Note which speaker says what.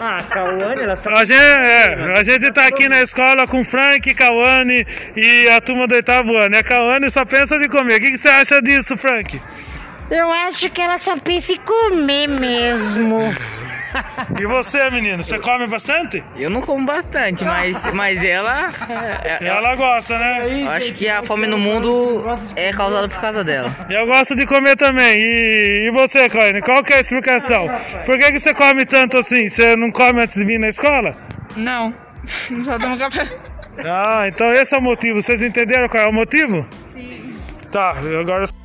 Speaker 1: Ah, Cauane, ela sabe.
Speaker 2: A gente, é, a gente tá aqui na escola com Frank, Cauane e a turma do oitavo ano. E a Cauane só pensa de comer. O que, que você acha disso, Frank?
Speaker 3: Eu acho que ela só pensa em comer mesmo.
Speaker 2: E você, menino, você come bastante?
Speaker 4: Eu não como bastante, mas, mas ela. é- é-
Speaker 2: Ela gosta, né?
Speaker 4: Eu acho que a fome no mundo é causada por causa dela.
Speaker 2: Eu gosto de comer também. E, e você, Cauane, qual que é a explicação? Por que, que você come tanto assim? Você não come antes de vir na escola?
Speaker 5: Não, só tomo café.
Speaker 2: Ah, então esse é o motivo. Vocês entenderam qual é o motivo? Sim. Tá, agora eu